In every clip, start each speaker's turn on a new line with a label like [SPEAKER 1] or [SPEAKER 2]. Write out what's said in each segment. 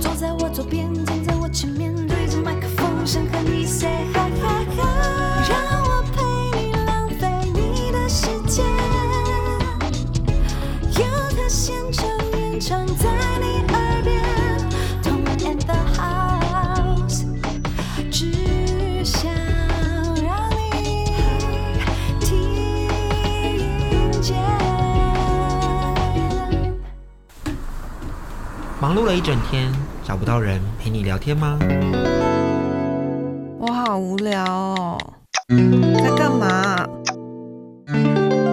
[SPEAKER 1] 坐在我左边，站在我前面，对着麦克风，想和你 say hi hi hi，让我陪你浪费你的时间。有他现场演唱在你耳边，同玩 and the house，只想让你听见。
[SPEAKER 2] 忙碌了一整天，找不到人陪你聊天吗？
[SPEAKER 3] 我好无聊哦，在干嘛啊？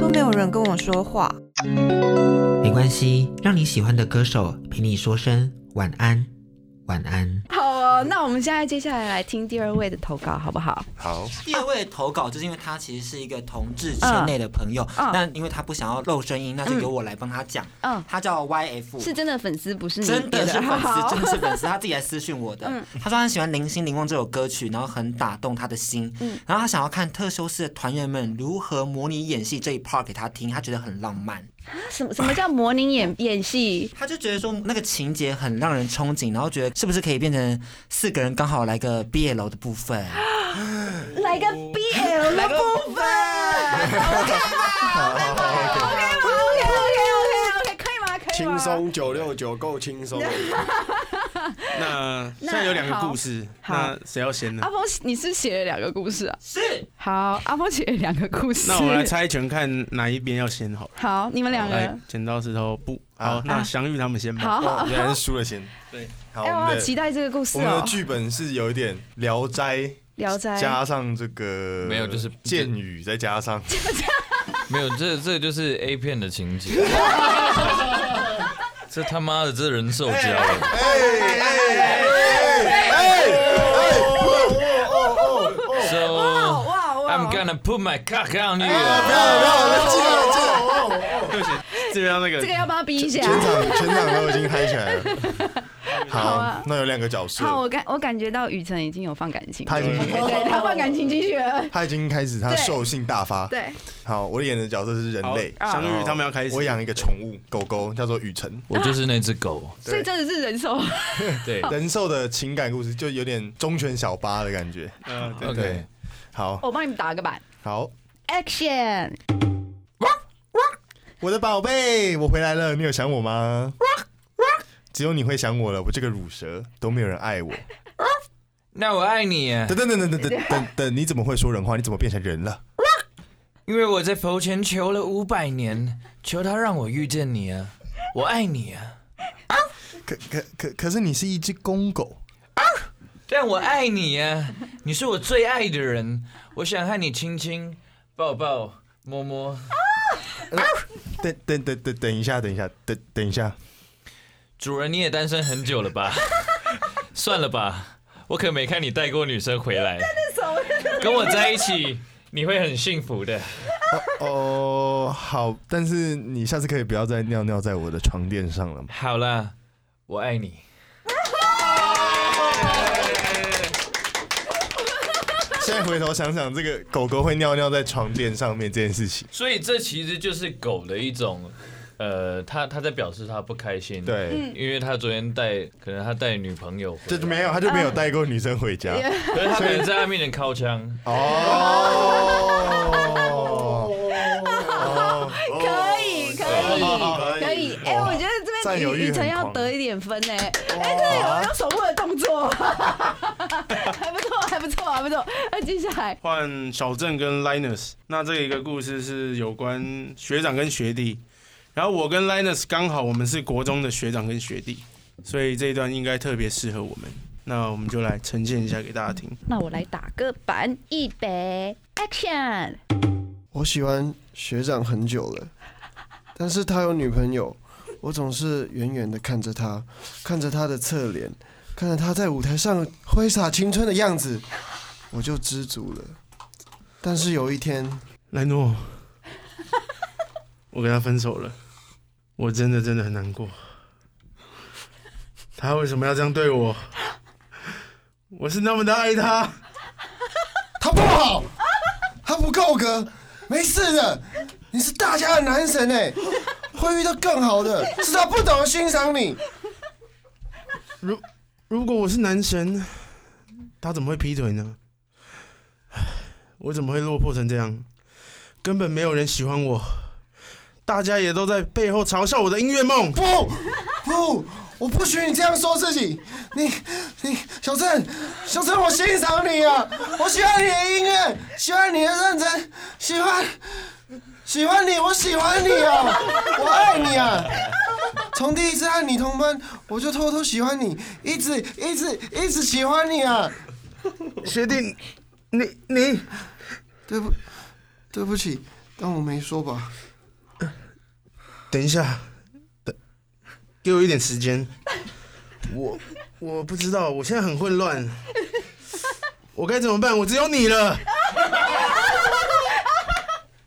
[SPEAKER 3] 都没有人跟我说话。
[SPEAKER 2] 没关系，让你喜欢的歌手陪你说声晚安，晚安。
[SPEAKER 4] 好哦，那我们现在接下来来听第二位的投稿，好不好？
[SPEAKER 5] 好，
[SPEAKER 6] 第二位投稿就是因为他其实是一个同志圈内的朋友，
[SPEAKER 4] 嗯嗯
[SPEAKER 6] 那因为他不想要露声音，那就由我来帮他讲。
[SPEAKER 4] 嗯
[SPEAKER 6] 他叫 YF，
[SPEAKER 4] 是真的粉丝，不是你
[SPEAKER 6] 真
[SPEAKER 4] 别
[SPEAKER 6] 的是粉丝，
[SPEAKER 4] 好嗯
[SPEAKER 6] 真的是粉丝，他自己来私讯我的。他说他很喜欢《零星零望》这首歌曲，然后很打动他的心。
[SPEAKER 4] 嗯
[SPEAKER 6] 然后他想要看特修斯的团员们如何模拟演戏这一 part 给他听，他觉得很浪漫。
[SPEAKER 4] 什么什么叫模拟演演戏？
[SPEAKER 6] 他就觉得说那个情节很让人憧憬，然后觉得是不是可以变成四个人刚好来个 BL 的部分，
[SPEAKER 4] 来个 BL
[SPEAKER 6] 来个部分。
[SPEAKER 4] OK OK OK OK，可以吗？可以吗？
[SPEAKER 5] 轻。松九六九够轻松。
[SPEAKER 7] 那现在有两个故事，
[SPEAKER 4] 好啊
[SPEAKER 7] 那谁要先呢
[SPEAKER 4] 阿？峰，你是写了两个故事啊？
[SPEAKER 6] 是
[SPEAKER 4] 好，阿峰写了两个故事。
[SPEAKER 7] 那我们来猜拳，看哪一边要先好了。
[SPEAKER 4] 好，你们两
[SPEAKER 7] 来
[SPEAKER 4] 个，，
[SPEAKER 7] 剪刀石头布。好
[SPEAKER 5] 啊，
[SPEAKER 7] 那祥玉他们先吧。
[SPEAKER 4] 好好。
[SPEAKER 5] 哦，原来是输了先。
[SPEAKER 7] 对，
[SPEAKER 5] 好，
[SPEAKER 4] 哎，我
[SPEAKER 5] 我
[SPEAKER 4] 好
[SPEAKER 5] 们
[SPEAKER 4] 期
[SPEAKER 5] 的
[SPEAKER 4] 待这个故事
[SPEAKER 5] 我们
[SPEAKER 4] 哦
[SPEAKER 5] 的。剧本是有一点《聊斋》
[SPEAKER 4] 聊斋
[SPEAKER 5] 加上这个
[SPEAKER 8] 没有就是
[SPEAKER 5] 剑雨，再加上
[SPEAKER 8] 没有，这这就是 A 片的情节。这他妈的，这人兽交
[SPEAKER 5] 哎
[SPEAKER 8] 了，
[SPEAKER 4] 哇
[SPEAKER 8] So
[SPEAKER 4] 哇哇
[SPEAKER 8] I'm gonna put my cock on you.
[SPEAKER 7] 对不起，这边要那
[SPEAKER 4] 这个要
[SPEAKER 7] 个
[SPEAKER 4] 帮他逼一下
[SPEAKER 5] 全。场全场都已经嗨起来了。好，那有两个角色，
[SPEAKER 4] 好，我感我感觉到雨辰已经有放感情了，
[SPEAKER 5] 他已经
[SPEAKER 4] 对，他放感情进去了。
[SPEAKER 5] 他已经开始他兽性大发。
[SPEAKER 4] 对，
[SPEAKER 5] 好，我演的角色是人类，
[SPEAKER 7] 好祥玉他们要开始。
[SPEAKER 5] 我养一个宠物狗狗，叫做雨辰。
[SPEAKER 8] 我就是那只狗，
[SPEAKER 4] 所以真的是人手。
[SPEAKER 8] 对
[SPEAKER 5] 人兽的情感故事就有点忠犬小八的感觉。
[SPEAKER 7] 呃，对
[SPEAKER 8] ，OK，
[SPEAKER 5] 对，好
[SPEAKER 4] 我帮你们打个板
[SPEAKER 5] 好，
[SPEAKER 4] ，Action！
[SPEAKER 5] 我的宝贝，我回来了，你有想我吗？只有你会想我了，我这个乳蛇都没有人爱我。
[SPEAKER 8] 那我爱你，
[SPEAKER 5] 等等等等等等等等，你怎么会说人话？你怎么变成人了？
[SPEAKER 8] 因为我在佛前求了五百年，求他让我遇见你啊，我爱你啊，
[SPEAKER 5] 可可可可是你是一只公狗，
[SPEAKER 8] 但我爱你啊，你是我最爱的人，我想和你亲亲、抱抱、摸摸。
[SPEAKER 5] 等等等等等一下，等一下，等等一下，
[SPEAKER 8] 主人，你也单身很久了吧？算了吧，我可没看你带过女生回来。跟我在一起，你会很幸福的。
[SPEAKER 5] 哦，好，但是你下次可以不要再尿尿在我的床垫上了吗？
[SPEAKER 8] 好啦，我爱你。
[SPEAKER 5] 现在回头想想，这个狗狗会尿尿在床垫上面这件事情，
[SPEAKER 8] 所以这其实就是狗的一种，呃，他他在表示他不开心。，
[SPEAKER 5] 对，
[SPEAKER 8] 因为他昨天带，可能他带女朋友回来，
[SPEAKER 5] 这就没有，他就没有带过女生回家。
[SPEAKER 8] 可是他可能在他面前靠枪。
[SPEAKER 5] 哦，
[SPEAKER 4] 可以，可以，可以。哎、我觉得这
[SPEAKER 5] 占
[SPEAKER 4] 边
[SPEAKER 5] 有欲
[SPEAKER 4] 雨雨辰
[SPEAKER 5] 很
[SPEAKER 4] 要
[SPEAKER 5] 狂
[SPEAKER 4] 得一点分哎、哎、这有有手部的动作，还不错，还不错，还不错。那接下来，
[SPEAKER 7] 换小郑跟 Linus。那这一个故事是有关学长跟学弟，然后我跟 Linus 刚好我们是国中的学长跟学弟，所以这一段应该特别适合我们。那我们就来呈现一下给大家听。
[SPEAKER 4] 那我来打个板，一杯 action。
[SPEAKER 9] 我喜欢学长很久了，但是他有女朋友，我总是远远的看着他，看着他的侧脸，看着他在舞台上挥洒青春的样子，我就知足了。但是有一天，
[SPEAKER 7] 莱诺，我跟他分手了。我真的真的很难过。他为什么要这样对我？我是那么的爱他。
[SPEAKER 9] 他不好，他不够格，没事的，你是大家的男神哎、会遇到更好的，是他不懂得欣赏你。
[SPEAKER 7] 如如果我是男神，他怎么会劈腿呢？我怎么会落魄成这样？根本没有人喜欢我，大家也都在背后嘲笑我的音乐梦。
[SPEAKER 9] 不不，我不许你这样说自己。你你，小郑，小郑，我欣赏你啊，我喜欢你的音乐，喜欢你的认真，喜欢喜欢你，我喜欢你啊，我爱你啊。从第一次和你同班，我就偷偷喜欢你，一直一直一直喜欢你啊。
[SPEAKER 7] 学弟，你你
[SPEAKER 9] 对不，对不起，当我没说吧。
[SPEAKER 7] 等一下，等，给我一点时间。我我不知道，我现在很混乱，我该怎么办？我只有你了。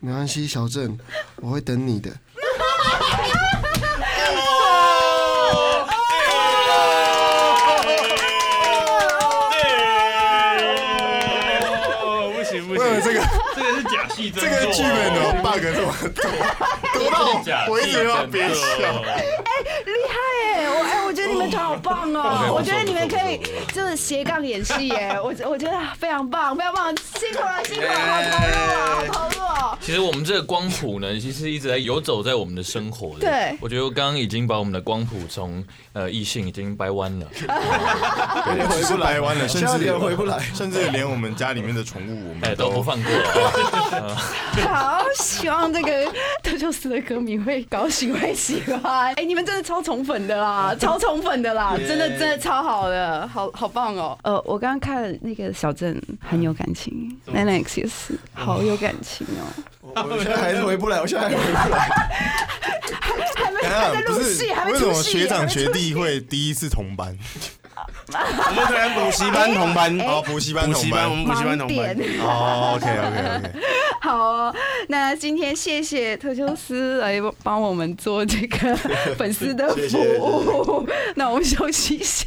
[SPEAKER 9] 没关系，小郑，我会等你的。
[SPEAKER 10] 哦，不行不
[SPEAKER 5] 为了
[SPEAKER 10] 行，
[SPEAKER 5] 这个
[SPEAKER 10] 这个是假戏真
[SPEAKER 5] 这
[SPEAKER 10] 做
[SPEAKER 5] 个
[SPEAKER 10] 啊，
[SPEAKER 5] 剧本的 bug 这么多，多
[SPEAKER 10] 假
[SPEAKER 5] 到
[SPEAKER 10] 戏
[SPEAKER 5] 我一直要憋笑。
[SPEAKER 4] 厉害哎、我哎、我觉得你们团好棒哦、
[SPEAKER 10] OK，
[SPEAKER 4] 我觉得
[SPEAKER 10] 不错
[SPEAKER 4] 你们可以
[SPEAKER 10] 不错不错
[SPEAKER 4] 就是斜杠演戏耶、我觉我觉得非常棒，非常棒，辛苦了，辛苦了，好投入啊，好投入哦、
[SPEAKER 8] 其实我们这个光谱呢，其实一直在游走在我们的生活的。
[SPEAKER 4] 对
[SPEAKER 8] 我觉得我刚刚已经把我们的光谱从呃异性已经掰弯了。
[SPEAKER 5] 对，回不来完了，甚至
[SPEAKER 9] 现在
[SPEAKER 5] 连
[SPEAKER 9] 连回不来
[SPEAKER 5] 甚至连我们家里面的宠物，我
[SPEAKER 8] 哎，
[SPEAKER 5] 们
[SPEAKER 8] 都不
[SPEAKER 5] 都
[SPEAKER 8] 放过了。
[SPEAKER 4] 好希望这个特修斯的歌迷会高兴，会喜欢。哎、 你们真的超宠粉的啦， 超宠粉的啦，真的真的超好的，好好棒哦、呃，我刚刚看那个小郑很有感情，Lennox 也是好有感情哦、
[SPEAKER 9] 我现在还是回不来，我现在还回不来。
[SPEAKER 4] 还没
[SPEAKER 5] 等一
[SPEAKER 4] 还
[SPEAKER 5] 下
[SPEAKER 4] 在录
[SPEAKER 5] 不是
[SPEAKER 4] 戏，还没
[SPEAKER 5] 为什
[SPEAKER 4] 出戏
[SPEAKER 5] 么学
[SPEAKER 4] 还
[SPEAKER 5] 长
[SPEAKER 4] 没出
[SPEAKER 5] 学弟会第一次同班？
[SPEAKER 7] 我们可能补习班同班，
[SPEAKER 5] 哦，补习班
[SPEAKER 7] 哎补
[SPEAKER 5] 同
[SPEAKER 7] 习班，我
[SPEAKER 5] 班。
[SPEAKER 7] 们补习班
[SPEAKER 4] 盲
[SPEAKER 7] 同班
[SPEAKER 4] 点。。
[SPEAKER 5] 哦，OK OK OK，
[SPEAKER 4] 好、哦，那今天谢谢特修斯来帮我们做这 个粉丝的服务。那我们休息一下。